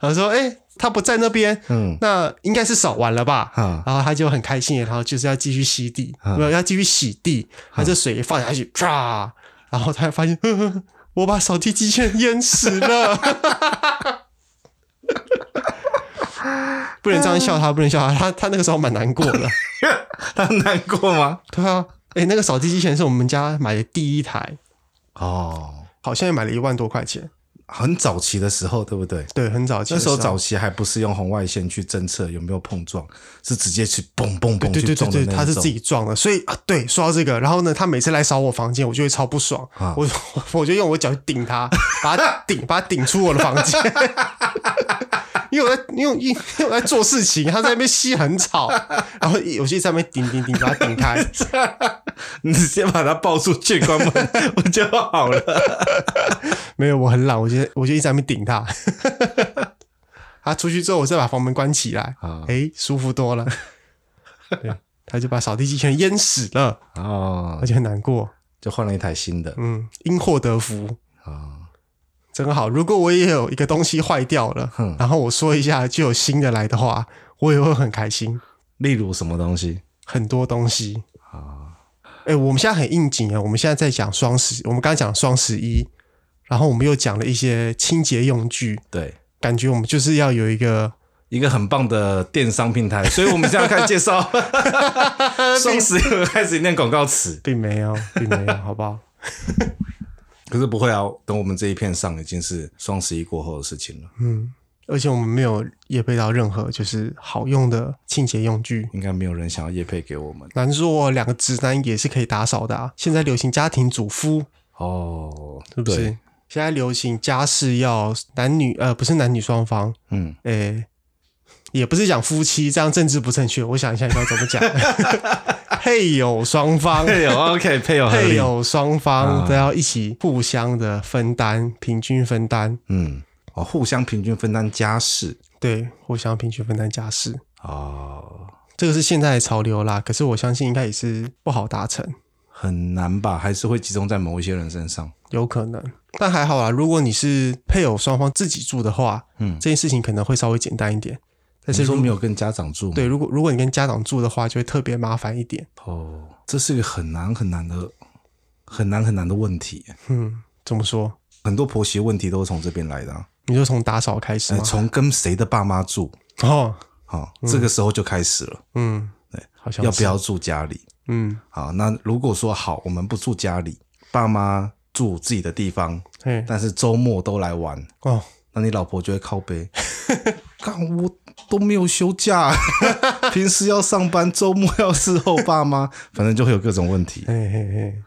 [SPEAKER 1] 然后说，哎，它不在那边，
[SPEAKER 2] 嗯，
[SPEAKER 1] 那应该是扫完了吧？
[SPEAKER 2] 嗯
[SPEAKER 1] 然后他就很开心，然后就是要继续吸地，
[SPEAKER 2] 嗯
[SPEAKER 1] 没有要继续洗地，他这水一放下去，啪，然后他发现，呵呵我把扫地机器人淹死了。不能这样笑他，不能笑他，他他那个时候蛮难过的。
[SPEAKER 2] 他难过吗？
[SPEAKER 1] 对啊，哎、那个扫地机器人是我们家买的第一台，
[SPEAKER 2] 哦，
[SPEAKER 1] 好像也买了一万多块钱。
[SPEAKER 2] 很早期的时候，对不对？
[SPEAKER 1] 对，很早期
[SPEAKER 2] 那
[SPEAKER 1] 的
[SPEAKER 2] 时候早期还不是用红外线去侦测有没有碰撞，是直接去嘣嘣嘣
[SPEAKER 1] 对对
[SPEAKER 2] 去
[SPEAKER 1] 对
[SPEAKER 2] 撞的
[SPEAKER 1] 对，
[SPEAKER 2] 那一种。
[SPEAKER 1] 他是自己撞的，所以啊，对，说到这个，然后呢，他每次来扫我房间，我就会超不爽，
[SPEAKER 2] 啊
[SPEAKER 1] 我 我就用我脚去顶他，把他顶，把他顶出我的房间， 因为我在因为因为我在做事情，他在那边吸很吵，然后我就在那边顶顶顶，把他顶开，
[SPEAKER 2] 你直接把它抱出去关门 不就好了？
[SPEAKER 1] 没有，我很懒，我就我就一直在那边顶他， 他出去之后，我再把房门关起来，
[SPEAKER 2] 啊
[SPEAKER 1] 诶，舒服多了， 对，他就把扫地机器人淹死了，
[SPEAKER 2] 哦
[SPEAKER 1] 而，且很难过，
[SPEAKER 2] 就换了一台新的
[SPEAKER 1] 嗯，因祸得福。
[SPEAKER 2] 啊，
[SPEAKER 1] 真好。如果我也有一个东西坏掉了，
[SPEAKER 2] 哼
[SPEAKER 1] 然后我说一下就有新的来的话，我也会很开心。
[SPEAKER 2] 例如什么东西
[SPEAKER 1] 很多东西，
[SPEAKER 2] 啊？
[SPEAKER 1] 哎、我们现在很应景啊！我们现在在讲双十，我们刚刚讲双十一，然后我们又讲了一些清洁用具，
[SPEAKER 2] 对，
[SPEAKER 1] 感觉我们就是要有一个
[SPEAKER 2] 一个很棒的电商平台，所以我们现在开始 介绍双十一开始念广告词，
[SPEAKER 1] 并没有，并没有， 好不好？
[SPEAKER 2] 可是不会啊，等我们这一片上已经是双十一过后的事情了，
[SPEAKER 1] 而且我们没有也配到任何就是好用的清洁用具。
[SPEAKER 2] 应该没有人想要业配给我们
[SPEAKER 1] 难说，两个直男也是可以打扫的、啊。现在流行家庭主夫，
[SPEAKER 2] 哦，
[SPEAKER 1] 是不是
[SPEAKER 2] 对？？
[SPEAKER 1] 现在流行家事要男女呃，不是男女双方，
[SPEAKER 2] 嗯，
[SPEAKER 1] 诶、也不是讲夫妻，这样政治不正确。我想一下应该怎么 讲，配偶双方，
[SPEAKER 2] 配偶 OK，配偶合
[SPEAKER 1] 配
[SPEAKER 2] 理，啊
[SPEAKER 1] 偶双方都要一起互相的分担，平均分担，
[SPEAKER 2] 嗯，哦，互相平均分担家事
[SPEAKER 1] 对，互相平均分担家事，
[SPEAKER 2] 哦，
[SPEAKER 1] 这个是现在的潮流啦。可是我相信应该也是不好达成，
[SPEAKER 2] 很难吧？还是会集中在某一些人身上。
[SPEAKER 1] 有可能。但还好啦，如果你是配偶双方自己住的话，
[SPEAKER 2] 嗯
[SPEAKER 1] 这件事情可能会稍微简单一点。但
[SPEAKER 2] 但
[SPEAKER 1] 是
[SPEAKER 2] 是
[SPEAKER 1] 如
[SPEAKER 2] 说没有跟家长住吗？
[SPEAKER 1] 对，如果如果你跟家长住的话，就会特别麻烦一点。
[SPEAKER 2] 哦，这是一个很难很难的、很难很难的问题。
[SPEAKER 1] 嗯，怎么说？
[SPEAKER 2] 很多婆媳问题都是从这边来的、啊，
[SPEAKER 1] 你就从打扫开始
[SPEAKER 2] 呃
[SPEAKER 1] 吗？
[SPEAKER 2] 从跟谁的爸妈住，
[SPEAKER 1] 哦，
[SPEAKER 2] 好、这个时候就开始了，
[SPEAKER 1] 嗯，对，好像
[SPEAKER 2] 要嗯不
[SPEAKER 1] 是？
[SPEAKER 2] 要住家里？
[SPEAKER 1] 嗯，
[SPEAKER 2] 好，那如果说好，我们不住家里，爸妈住自己的地方，
[SPEAKER 1] 嘿，
[SPEAKER 2] 但是周末都来玩，
[SPEAKER 1] 哦，
[SPEAKER 2] 那你老婆就会靠 背，干我都没有休假， 平时要上班，周末要伺候爸妈， 反正就会有各种问题
[SPEAKER 1] 嘿嘿嘿，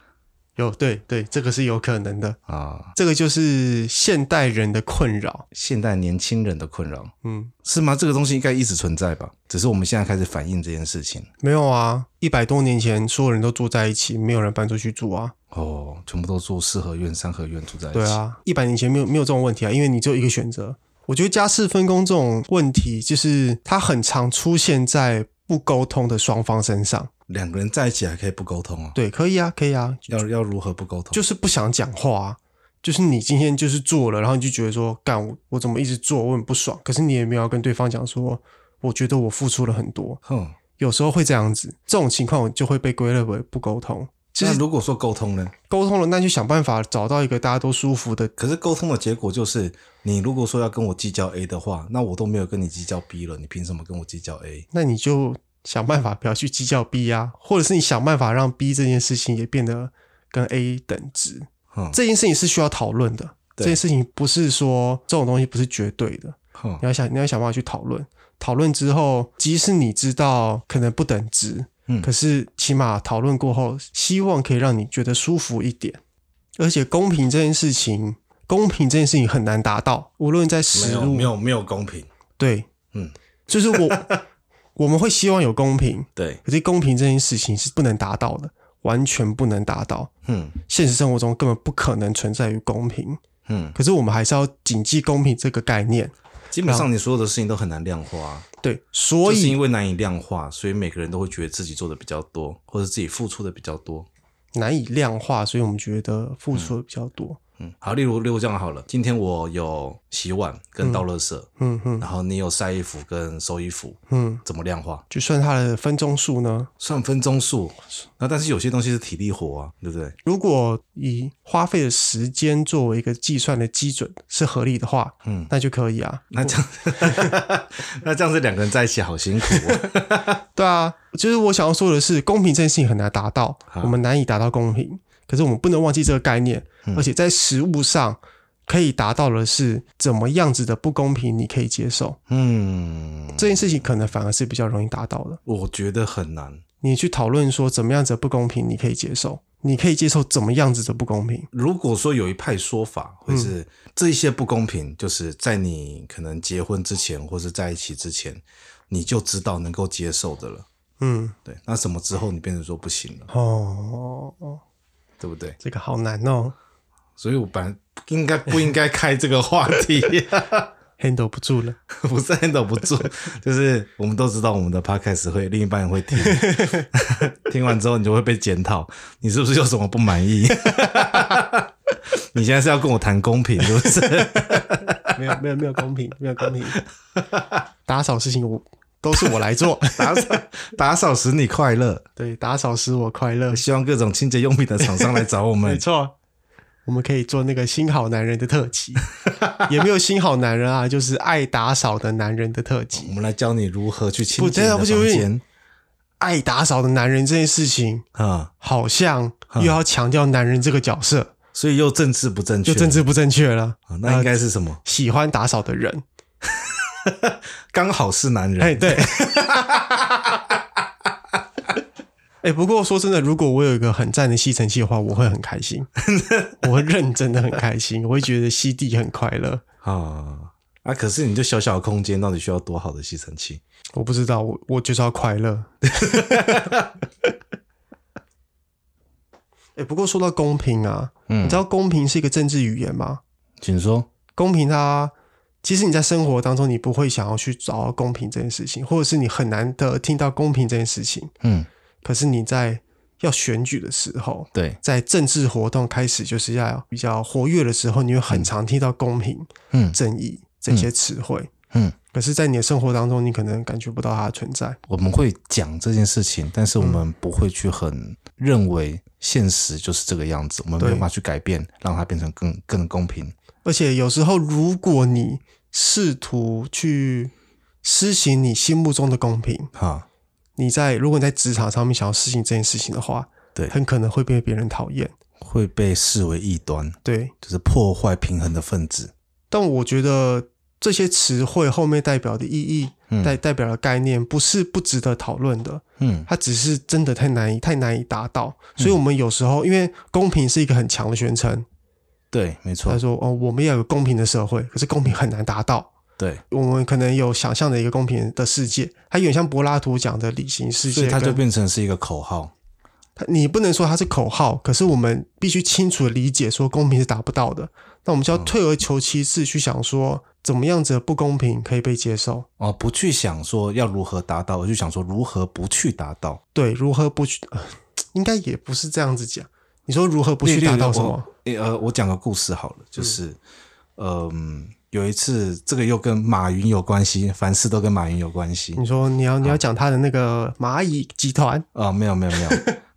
[SPEAKER 1] 有，对对，这个是有可能的。
[SPEAKER 2] 啊。
[SPEAKER 1] 这个就是现代人的困扰。
[SPEAKER 2] 现代年轻人的困扰
[SPEAKER 1] 嗯，
[SPEAKER 2] 是吗？这个东西应该一直存在吧，只是我们现在开始反映这件事情
[SPEAKER 1] 没有啊，一百多年前所有人都住在一起，没有人搬出去住啊。
[SPEAKER 2] 哦，全部都住四合院、三合院住在一起。
[SPEAKER 1] 对，啊，一百年前没有没有这种问题啊，因为你只有一个选择。我觉得家事分工这种问题，就是它很常出现在不沟通的双方身上。
[SPEAKER 2] 两个人在一起还可以不沟通啊？
[SPEAKER 1] 对，可以啊，可以啊，
[SPEAKER 2] 要要如何不沟通？
[SPEAKER 1] 就是不想讲话、啊。就是你今天就是做了，然后你就觉得说，干我我怎么一直做，我很不爽。可是你也没有要跟对方讲说，我觉得我付出了很多。
[SPEAKER 2] 哼，
[SPEAKER 1] 有时候会这样子，这种情况我就会被归类为不沟通。其实
[SPEAKER 2] 那如果说沟通呢，
[SPEAKER 1] 沟通了，那就想办法找到一个大家都舒服的。
[SPEAKER 2] 可是沟通的结果就是，你如果说要跟我计较 A 的话，那我都没有跟你计较 B 了，你凭什么跟我计较 A？
[SPEAKER 1] 那你就想办法不要去计较 B 啊，或者是你想办法让 B 这件事情也变得跟 A 等值。
[SPEAKER 2] 哼
[SPEAKER 1] 这件事情是需要讨论的，这
[SPEAKER 2] 对
[SPEAKER 1] 件事情不是说这种东西不是绝对的，
[SPEAKER 2] 哼
[SPEAKER 1] 你要想你要想办法去讨论。讨论之后，即使你知道可能不等值，
[SPEAKER 2] 嗯
[SPEAKER 1] 可是起码讨论过后，希望可以让你觉得舒服一点。而且公平这件事情，公平这件事情很难达到，无论在
[SPEAKER 2] 没
[SPEAKER 1] 实
[SPEAKER 2] 有
[SPEAKER 1] 物
[SPEAKER 2] 没有没有公平，
[SPEAKER 1] 对，
[SPEAKER 2] 嗯，
[SPEAKER 1] 就是我 我们会希望有公平，
[SPEAKER 2] 对，
[SPEAKER 1] 可是公平这件事情是不能达到的，完全不能达到。
[SPEAKER 2] 嗯
[SPEAKER 1] 现实生活中根本不可能存在于公平，
[SPEAKER 2] 嗯，
[SPEAKER 1] 可是我们还是要谨记公平这个概念。
[SPEAKER 2] 基本上你所有的事情都很难量化啊，
[SPEAKER 1] 对，所
[SPEAKER 2] 就是
[SPEAKER 1] 以
[SPEAKER 2] 因为难以量化，所以每个人都会觉得自己做的比较多，或者自己付出的比较多。
[SPEAKER 1] 难以量化，所以我们觉得付出的比较多。
[SPEAKER 2] 嗯，好，例如例如这样好了，今天我有洗碗跟倒垃圾，
[SPEAKER 1] 嗯嗯
[SPEAKER 2] 然后你有晒衣服跟收衣服，
[SPEAKER 1] 嗯，
[SPEAKER 2] 怎么量化？
[SPEAKER 1] 就算它的分钟数呢？
[SPEAKER 2] 算分钟数，那但是有些东西是体力活啊，对不对？
[SPEAKER 1] 如果以花费的时间作为一个计算的基准是合理的话，
[SPEAKER 2] 嗯，
[SPEAKER 1] 那就可以啊。
[SPEAKER 2] 那这样，那这样子两个人在一起好辛苦、哦。
[SPEAKER 1] 对啊，就是我想要说的是，公平这件事情很难达到，我们难以达到公平。可是我们不能忘记这个概念，
[SPEAKER 2] 嗯
[SPEAKER 1] 而且在实物上可以达到的是怎么样子的不公平，你可以接受
[SPEAKER 2] 嗯，
[SPEAKER 1] 这件事情，可能反而是比较容易达到的。
[SPEAKER 2] 我觉得很难。
[SPEAKER 1] 你去讨论说怎么样子的不公平，你可以接受，你可以接受怎么样子的不公平？
[SPEAKER 2] 如果说有一派说法会是、这一些不公平，就是在你可能结婚之前或是在一起之前，你就知道能够接受的了。
[SPEAKER 1] 嗯，
[SPEAKER 2] 对，那什么之后你变成说不行了，
[SPEAKER 1] 哦，
[SPEAKER 2] 对不对？
[SPEAKER 1] 这个好难哦
[SPEAKER 2] 所以我本来应该不应该开这个话题，
[SPEAKER 1] ，handle 不住了。
[SPEAKER 2] 不是很忍不住，就是我们都知道我们的 podcast 会另一半会听， 听完之后你就会被检讨，你是不是有什么不满意？ 你现在是要跟我谈公平，是不是？
[SPEAKER 1] 没有没有没有公平，没有公平。 打扫事情我都是我来做，
[SPEAKER 2] 打扫打扫使你快乐，
[SPEAKER 1] 对，打扫使我快乐。
[SPEAKER 2] 希望各种清洁用品的厂商来找我
[SPEAKER 1] 没
[SPEAKER 2] 们。
[SPEAKER 1] 错，我们可以做那个新好男人的特辑，也没有新好男人啊，就是爱打扫的男人的特辑。
[SPEAKER 2] 我们来教你如何去清
[SPEAKER 1] 不
[SPEAKER 2] 洁你的
[SPEAKER 1] 对啊
[SPEAKER 2] 房
[SPEAKER 1] 不行不行
[SPEAKER 2] 间
[SPEAKER 1] 爱打扫的男人这件事情，
[SPEAKER 2] 啊、
[SPEAKER 1] 好像又要强调男人这个角色，
[SPEAKER 2] 所以又政治不正确，
[SPEAKER 1] 就政治不正确了。
[SPEAKER 2] 啊、那应该是什么？
[SPEAKER 1] 喜欢打扫的人，
[SPEAKER 2] 刚好是男人，
[SPEAKER 1] 哎，对。 哎，不过说真的，如果我有一个很赞的吸尘器的话，我会很开 心，我会认真的很开心，我会觉得吸地很快乐。
[SPEAKER 2] 啊啊！可是你就小小的空间，到底需要多好的吸尘器？
[SPEAKER 1] 我不知道，我我就是要快 乐。哎、不过说到公平啊，
[SPEAKER 2] 嗯
[SPEAKER 1] 你知道公平是一个政治语言吗？
[SPEAKER 2] 请说。
[SPEAKER 1] 公平它其实你在生活当中，你不会想要去找到公平这件事情，或者是你很难得听到公平这件事情。
[SPEAKER 2] 嗯，
[SPEAKER 1] 可是你在要选举的时候，
[SPEAKER 2] 对，
[SPEAKER 1] 在政治活动开始就是要比较活跃的时候，你会很常听到公平、
[SPEAKER 2] 嗯
[SPEAKER 1] 正义这些词汇。
[SPEAKER 2] 嗯，
[SPEAKER 1] 可是，在你的生活当中，你可能感觉不到它的存在。
[SPEAKER 2] 我们会讲这件事情，但是我们不会去很认为现实就是这个样子，我们没
[SPEAKER 1] 对
[SPEAKER 2] 有办法去改变，让它变成更更公平。
[SPEAKER 1] 而且有时候，如果你试图去施行你心目中的公平，
[SPEAKER 2] 哈，
[SPEAKER 1] 你在如果你在职场上面想要施行这件事情的话，
[SPEAKER 2] 对
[SPEAKER 1] 很可能会被别人讨厌。
[SPEAKER 2] 会被视为异端，
[SPEAKER 1] 对，
[SPEAKER 2] 就是破坏平衡的分子。
[SPEAKER 1] 但我觉得这些词汇后面代表的意义，代代表的概念，不是不值得讨论的，
[SPEAKER 2] 嗯
[SPEAKER 1] 它只是真的太难以太难以达到。所以，我们有时候因为公平是一个很强的宣称，
[SPEAKER 2] 对，没错
[SPEAKER 1] 他，说哦，我们要有公平的社会，可是公平很难达到。
[SPEAKER 2] 对，
[SPEAKER 1] 我们可能有想象的一个公平的世界，它有点像柏拉图讲的理性世
[SPEAKER 2] 所
[SPEAKER 1] 界
[SPEAKER 2] 以
[SPEAKER 1] 跟。
[SPEAKER 2] 它就变成是一个口号。
[SPEAKER 1] 它你不能说它是口号，可是我们必须清楚的理解说公平是达不到的。那我们就要
[SPEAKER 2] 嗯
[SPEAKER 1] 退而求其次去想说，怎么样子的不公平可以被接受？
[SPEAKER 2] 哦，不去想说要如何达到，而去想说如何不去达到。
[SPEAKER 1] 对，如何不去？呃应该也不是这样子讲。你说如何不去
[SPEAKER 2] 例如
[SPEAKER 1] 达到什么？
[SPEAKER 2] 我诶呃，我讲个故事好了，就是，嗯、有一次这个又跟马云有关系，凡事都跟马云有关系。
[SPEAKER 1] 你说你要你要讲他的那个蚂蚁集团，
[SPEAKER 2] 啊、没有没有没有，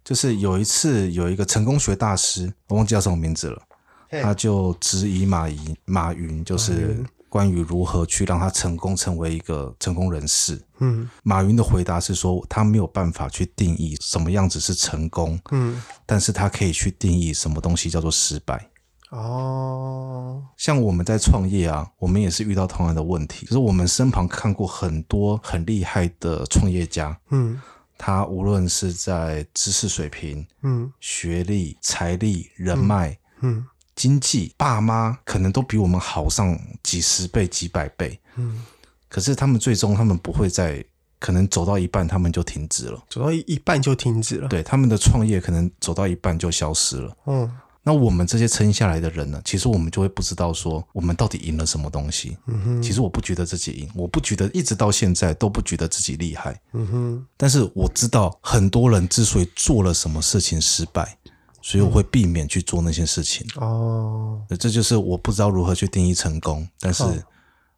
[SPEAKER 2] 就是有一次有一个成功学大师，我忘记叫什么名字了，
[SPEAKER 1] 嘿
[SPEAKER 2] 他就质疑马云，马云就是关于如何去让他成功成为一个成功人士。
[SPEAKER 1] 嗯
[SPEAKER 2] 马云的回答是说，他没有办法去定义什么样子是成功，
[SPEAKER 1] 嗯，
[SPEAKER 2] 但是他可以去定义什么东西叫做失败。
[SPEAKER 1] 哦，
[SPEAKER 2] 像我们在创业啊，我们也是遇到同样的问题，就是我们身旁看过很多很厉害的创业家，
[SPEAKER 1] 嗯
[SPEAKER 2] 他无论是在知识水平、
[SPEAKER 1] 嗯
[SPEAKER 2] 学历、财力、人脉、
[SPEAKER 1] 嗯
[SPEAKER 2] 经济，爸妈可能都比我们好上几十倍、几百倍，
[SPEAKER 1] 嗯，
[SPEAKER 2] 可是他们最终他们不会再，可能走到一半他们就停止了，
[SPEAKER 1] 走到一一半就停止了。
[SPEAKER 2] 对，他们的创业可能走到一半就消失了。
[SPEAKER 1] 嗯
[SPEAKER 2] 那我们这些撑下来的人呢，其实我们就会不知道说我们到底赢了什么东西。
[SPEAKER 1] 嗯哼
[SPEAKER 2] 其实我不觉得自己赢，我不觉得一直到现在都不觉得自己厉害，
[SPEAKER 1] 嗯哼，
[SPEAKER 2] 但是我知道很多人之所以做了什么事情失败，所以我会避免去做那些事情。
[SPEAKER 1] 哦，
[SPEAKER 2] 呃这就是我不知道如何去定义成功，但是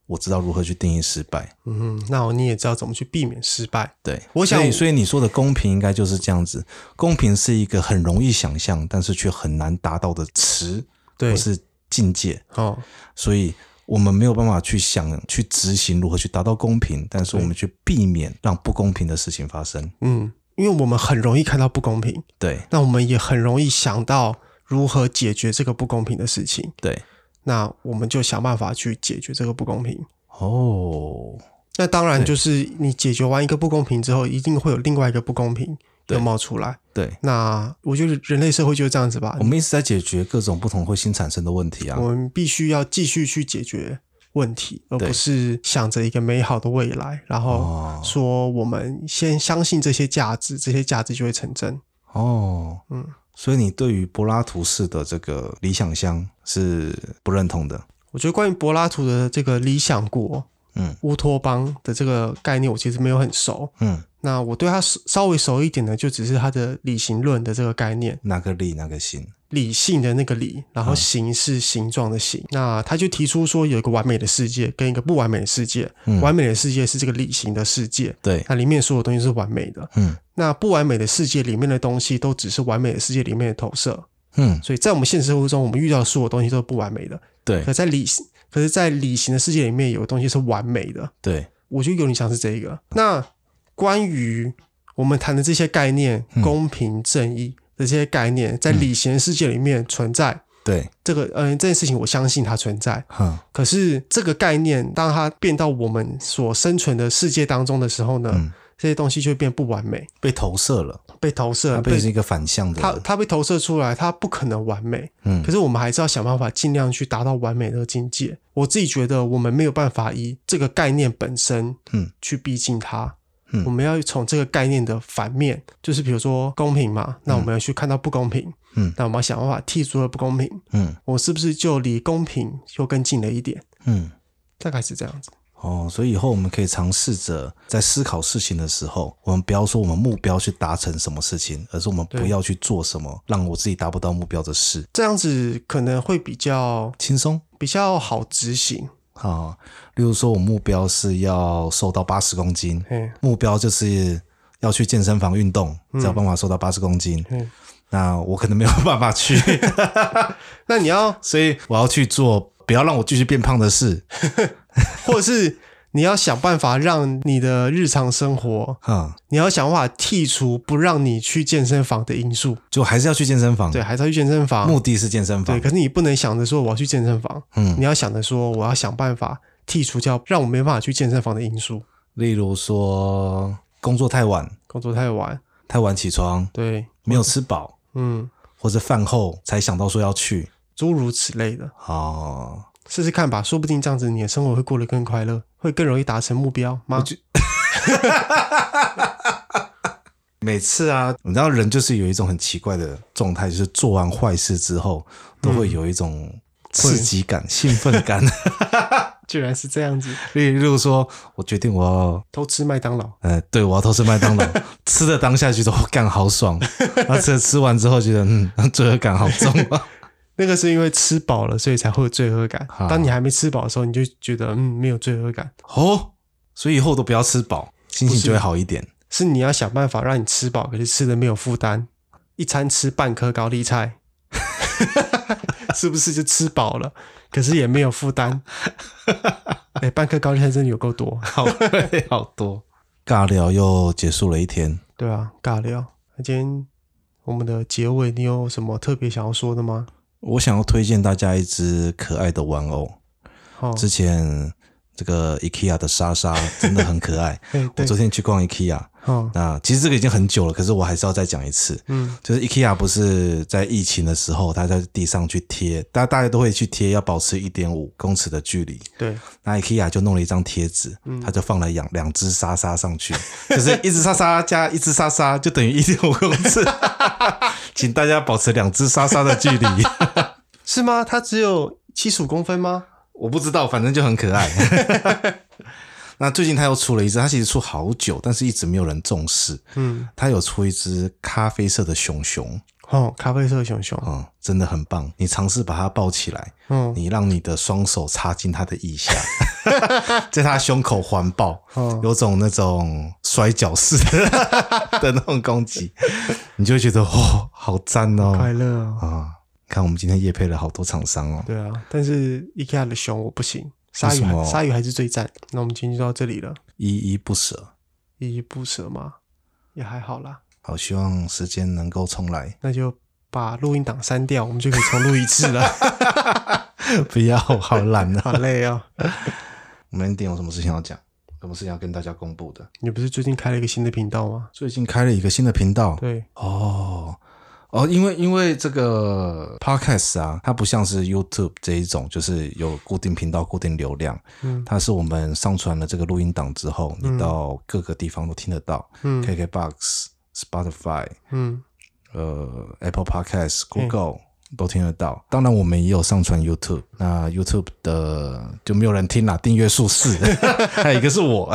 [SPEAKER 2] 我知道如何去定义失败。
[SPEAKER 1] 嗯哼，那我你也知道怎么去避免失败。
[SPEAKER 2] 对，
[SPEAKER 1] 我想
[SPEAKER 2] 所以所以你说的公平应该就是这样子。公平是一个很容易想象，但是却很难达到的词，
[SPEAKER 1] 对
[SPEAKER 2] 或是境界。
[SPEAKER 1] 哦，
[SPEAKER 2] 所以我们没有办法去想、去执行如何去达到公平，但是我们去避免让不公平的事情发生。
[SPEAKER 1] 嗯，因为我们很容易看到不公平，
[SPEAKER 2] 对
[SPEAKER 1] 那我们也很容易想到如何解决这个不公平的事情，
[SPEAKER 2] 对，
[SPEAKER 1] 那我们就想办法去解决这个不公平。
[SPEAKER 2] 哦，
[SPEAKER 1] 那当然，就是你解决完一个不公平之后，一定会有另外一个不公平
[SPEAKER 2] 对
[SPEAKER 1] 又冒出来。
[SPEAKER 2] 对，
[SPEAKER 1] 那我觉得人类社会就是这样子吧
[SPEAKER 2] 我，们一直在解决各种不同会新产生的问题啊。
[SPEAKER 1] 我们必须要继续去解决问题，而
[SPEAKER 2] 对
[SPEAKER 1] 不是想着一个美好的未来，然后
[SPEAKER 2] 哦
[SPEAKER 1] 说我们先相信这些价值，这些价值就会成真。
[SPEAKER 2] 哦，
[SPEAKER 1] 嗯，
[SPEAKER 2] 所以你对于柏拉图式的这个理想乡是不认同的。
[SPEAKER 1] 我觉得关于柏拉图的这个理想国、
[SPEAKER 2] 嗯
[SPEAKER 1] 乌托邦的这个概念，我其实没有很熟。
[SPEAKER 2] 嗯，
[SPEAKER 1] 那我对他稍微熟一点的，就只是他的理型论的这个概念。
[SPEAKER 2] 哪个利哪个行？
[SPEAKER 1] 理性的那个理，然后形是形状的形。那他就提出说，有一个完美的世界跟一个不完美的世界。
[SPEAKER 2] 嗯
[SPEAKER 1] 完美的世界是这个理性的世界，
[SPEAKER 2] 对，
[SPEAKER 1] 那里面所有东西是完美的。
[SPEAKER 2] 嗯
[SPEAKER 1] 那不完美的世界里面的东西，都只是完美的世界里面的投射。
[SPEAKER 2] 嗯，
[SPEAKER 1] 所以在我们现实生活中，我们遇到的所有东西都是不完美的。
[SPEAKER 2] 对
[SPEAKER 1] 可在理，可是，在理性的世界里面，有东西是完美的。
[SPEAKER 2] 对，
[SPEAKER 1] 我觉得有点像是这一个。那关于我们谈的这些概念，公平正义的这些概念，在理性的世界里面存在。
[SPEAKER 2] 对，
[SPEAKER 1] 这个嗯、呃，这件事情我相信它存在。
[SPEAKER 2] 哼，
[SPEAKER 1] 可是这个概念，当它变到我们所生存的世界当中的时候呢，
[SPEAKER 2] 嗯
[SPEAKER 1] 这些东西就会变不完美，
[SPEAKER 2] 被投射了，
[SPEAKER 1] 被投射，
[SPEAKER 2] 它被
[SPEAKER 1] 啊被
[SPEAKER 2] 是一个反向的。
[SPEAKER 1] 它它被投射出来，它不可能完美。
[SPEAKER 2] 嗯
[SPEAKER 1] 可是我们还是要想办法，尽量去达到完美的境界。我自己觉得，我们没有办法以这个概念本身，
[SPEAKER 2] 嗯，
[SPEAKER 1] 去逼近它。
[SPEAKER 2] 嗯
[SPEAKER 1] 我们要从这个概念的反面，就是比如说公平嘛，那我们要去看到不公平，
[SPEAKER 2] 嗯
[SPEAKER 1] 那我们要想办法剔除了不公平，
[SPEAKER 2] 嗯
[SPEAKER 1] 我是不是就离公平又更近了一点？
[SPEAKER 2] 嗯，
[SPEAKER 1] 大概是这样子。
[SPEAKER 2] 哦，所以以后我们可以尝试着在思考事情的时候，我们不要说我们目标去达成什么事情，而是我们不
[SPEAKER 1] 对
[SPEAKER 2] 要去做什么让我自己达不到目标的事，
[SPEAKER 1] 这样子可能会比较
[SPEAKER 2] 轻松。
[SPEAKER 1] 比较好执行。
[SPEAKER 2] 啊、例如说我目标是要瘦到八十公斤，
[SPEAKER 1] 嘿，
[SPEAKER 2] 目标就是要去健身房运动，才有办法瘦到八十公斤。
[SPEAKER 1] 嗯
[SPEAKER 2] 那我可能没有办 法去，
[SPEAKER 1] 那你要，
[SPEAKER 2] 所以我要去做不要让我继续变胖的事。
[SPEAKER 1] 或者是 你要想办法让你的日常生活，
[SPEAKER 2] 哈、
[SPEAKER 1] 你要想办法剔除不让你去健身房的因素。
[SPEAKER 2] 就还是要去健身房。
[SPEAKER 1] 对，，还是要去健身房。
[SPEAKER 2] 目的是健身
[SPEAKER 1] 对，
[SPEAKER 2] 房。
[SPEAKER 1] 可是你不能想着说我要去健身房，
[SPEAKER 2] 嗯
[SPEAKER 1] 你要想着说我要想办法剔除掉让我没办法去健身房的因素。
[SPEAKER 2] 例如说工作太晚，
[SPEAKER 1] 工作太晚，
[SPEAKER 2] 太晚起床，
[SPEAKER 1] 对，
[SPEAKER 2] 没有吃饱，
[SPEAKER 1] 嗯，
[SPEAKER 2] 或者饭后才想到说要去。
[SPEAKER 1] 诸如此类的。
[SPEAKER 2] 哦，
[SPEAKER 1] 试试看吧，说不定这样子你的生活会过得更快乐，会更容易达成目标吗？
[SPEAKER 2] 每次啊，你知道人就是有一种很奇怪的状态，就是做完坏事之后，都会有一种刺激感、兴奋感。
[SPEAKER 1] 居然是这样子，
[SPEAKER 2] 例如说，我决定我要，
[SPEAKER 1] 偷吃麦当劳，
[SPEAKER 2] 呃，对我要偷吃麦当劳，吃的当下觉得我干好爽，然后吃吃完之后觉得嗯，罪恶感好重啊。
[SPEAKER 1] 那个是因为吃饱了，所以才会有罪恶感。
[SPEAKER 2] 啊
[SPEAKER 1] 当你还没吃饱的时候，你就觉得嗯没有罪恶感，
[SPEAKER 2] 哦，所以以后都不要吃饱，心情就会好一点。
[SPEAKER 1] 是你要想办法让你吃饱，可是吃的没有负担。一餐吃半颗高丽菜，是不是就吃饱了？可是也没有负担。哎、半颗高丽菜真的有够多，
[SPEAKER 2] 好好多。尬聊又结束了一天，
[SPEAKER 1] 对啊，尬聊。那今天我们的结尾，你有什么特别想要说的吗？
[SPEAKER 2] 我想要推荐大家一只可爱的玩偶。
[SPEAKER 1] 哦，。
[SPEAKER 2] 之前这个 IKEA 的莎莎真的很可爱
[SPEAKER 1] 哎
[SPEAKER 2] 我
[SPEAKER 1] 对，
[SPEAKER 2] 昨天去逛 IKEA，
[SPEAKER 1] 哦，
[SPEAKER 2] 那其实这个已经很久了，可是我还是要再讲一次。
[SPEAKER 1] 嗯，
[SPEAKER 2] 就是 IKEA 不是在疫情的时候，它在地上去贴，大大家都会去贴，要保持一点五公尺的距离。
[SPEAKER 1] 对，
[SPEAKER 2] 那 IKEA 就弄了一张贴纸，
[SPEAKER 1] 嗯
[SPEAKER 2] 它就放了两两只莎莎上去，就是一只莎莎加一只莎莎，就等于一点五公尺。 请大家保持两只莎莎的距离。
[SPEAKER 1] 是吗？它只有七十五公分吗？
[SPEAKER 2] 我不知道，反正就很可爱。 那最近他又出了一只，他其实出好久，但是一直没有人重视。
[SPEAKER 1] 嗯，
[SPEAKER 2] 他有出一只咖啡色的熊熊，
[SPEAKER 1] 哦，咖啡色熊熊，
[SPEAKER 2] 嗯，真的很棒。你尝试把它抱起来，
[SPEAKER 1] 嗯，
[SPEAKER 2] 你让你的双手插进他的腋下， 在他胸口环抱，
[SPEAKER 1] 哦
[SPEAKER 2] 有种那种摔跤式的的那种攻击，你就会觉得哦，好赞
[SPEAKER 1] 快
[SPEAKER 2] 哦
[SPEAKER 1] 乐哦。
[SPEAKER 2] 啊！看我们今天夜配了好多厂商哦，
[SPEAKER 1] 对啊，但是 IKEA 的熊我不行，鲨
[SPEAKER 2] 为
[SPEAKER 1] 鱼
[SPEAKER 2] 什么
[SPEAKER 1] 还鲨鱼还是最赞。那我们今天就到这里了，
[SPEAKER 2] 依依不舍。
[SPEAKER 1] 依依不舍嘛，也还好啦。
[SPEAKER 2] 好，希望时间能够重来，
[SPEAKER 1] 那就把录音档删掉，我们就可以重录一次了。
[SPEAKER 2] 不要好懒
[SPEAKER 1] 好
[SPEAKER 2] 啊！
[SPEAKER 1] 累哦。
[SPEAKER 2] 我们 ending 有什么事情要讲？有什么事情要跟大家公布的？
[SPEAKER 1] 你不是最近开了一个新的频道吗？
[SPEAKER 2] 最近开了一个新的频道，
[SPEAKER 1] 对，
[SPEAKER 2] 哦哦，因为因为这个 podcast 啊，它不像是 YouTube 这一种，就是有固定频道、固定流量，
[SPEAKER 1] 嗯
[SPEAKER 2] 它是我们上传了这个录音档之后，你到各个地方都听得到、
[SPEAKER 1] 嗯
[SPEAKER 2] k k b o x Spotify、
[SPEAKER 1] 嗯，
[SPEAKER 2] 呃 Apple Podcast、Google、都听得到。当然，我们也有上传 YouTube，那 YouTube 的就没有人听啦，订阅数是，还有一个是我，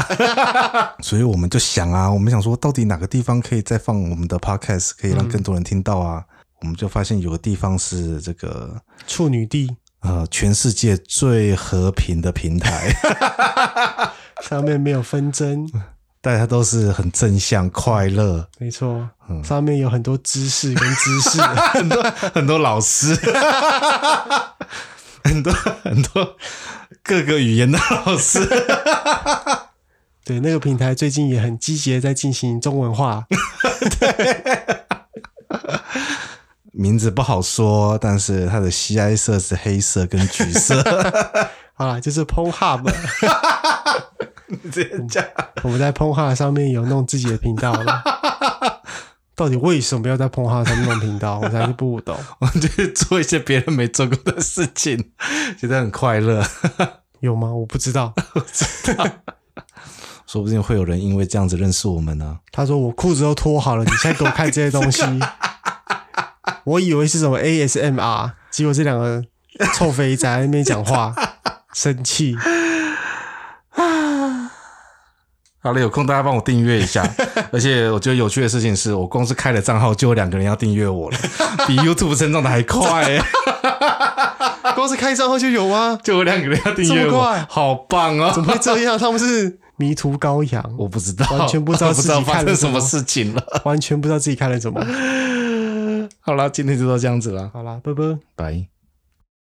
[SPEAKER 2] 所以我们就想啊，我们想说，到底哪个地方可以再放我们的 Podcast，可以让更多人听到啊？我们就发现有个地方是这个
[SPEAKER 1] 处女地
[SPEAKER 2] 呃，全世界最和平的平台，
[SPEAKER 1] 上面没有纷争，
[SPEAKER 2] 大家都是很正向、快乐，
[SPEAKER 1] 没错，上面有很多知识跟知识。
[SPEAKER 2] 很多很多老师， 很多很多各个语言的老师，
[SPEAKER 1] 对，那个平台最近也很积极地在进行中文化。
[SPEAKER 2] 名字不好说，但是它的 CI 色是黑色跟橘 色。
[SPEAKER 1] 好啊啦，就是 p o n h u b
[SPEAKER 2] 这样
[SPEAKER 1] 我们在 p o n h u b 上面有弄自己的频道了。到底为什么要在 p o n h u b 上面弄频道？我才是不懂。
[SPEAKER 2] 我们就是做一些别人没做过的事情，觉得很快乐。
[SPEAKER 1] 有吗？我不知道。
[SPEAKER 2] 说不定会有人因为这样子认识我们呢、
[SPEAKER 1] 他说我裤子都脱好了，你现在给我看这些东西，我以为是什么 ASMR，结果这两个臭肥宅在那边讲话，生气。
[SPEAKER 2] 好了，有空大家帮我订阅一 下。而且我觉得有趣的事情是，我光是开了账号就有两个人要订阅我了，比 YouTube 增长的 还快、欸，
[SPEAKER 1] 光是开账号就有吗？
[SPEAKER 2] 就有两个人要订阅
[SPEAKER 1] 这么
[SPEAKER 2] 我
[SPEAKER 1] 快，
[SPEAKER 2] 好棒哦！
[SPEAKER 1] 怎么会这样？他们是迷途羔羊，
[SPEAKER 2] 我不知道，
[SPEAKER 1] 完全不知道
[SPEAKER 2] 我不知道
[SPEAKER 1] 自己
[SPEAKER 2] 发
[SPEAKER 1] 看
[SPEAKER 2] 生
[SPEAKER 1] 了
[SPEAKER 2] 什
[SPEAKER 1] 什么
[SPEAKER 2] 么事情了。
[SPEAKER 1] 完全不知道自己看了什么。
[SPEAKER 2] 好啦，今天就到这样子啦，
[SPEAKER 1] 好啦，拜拜。
[SPEAKER 2] 拜。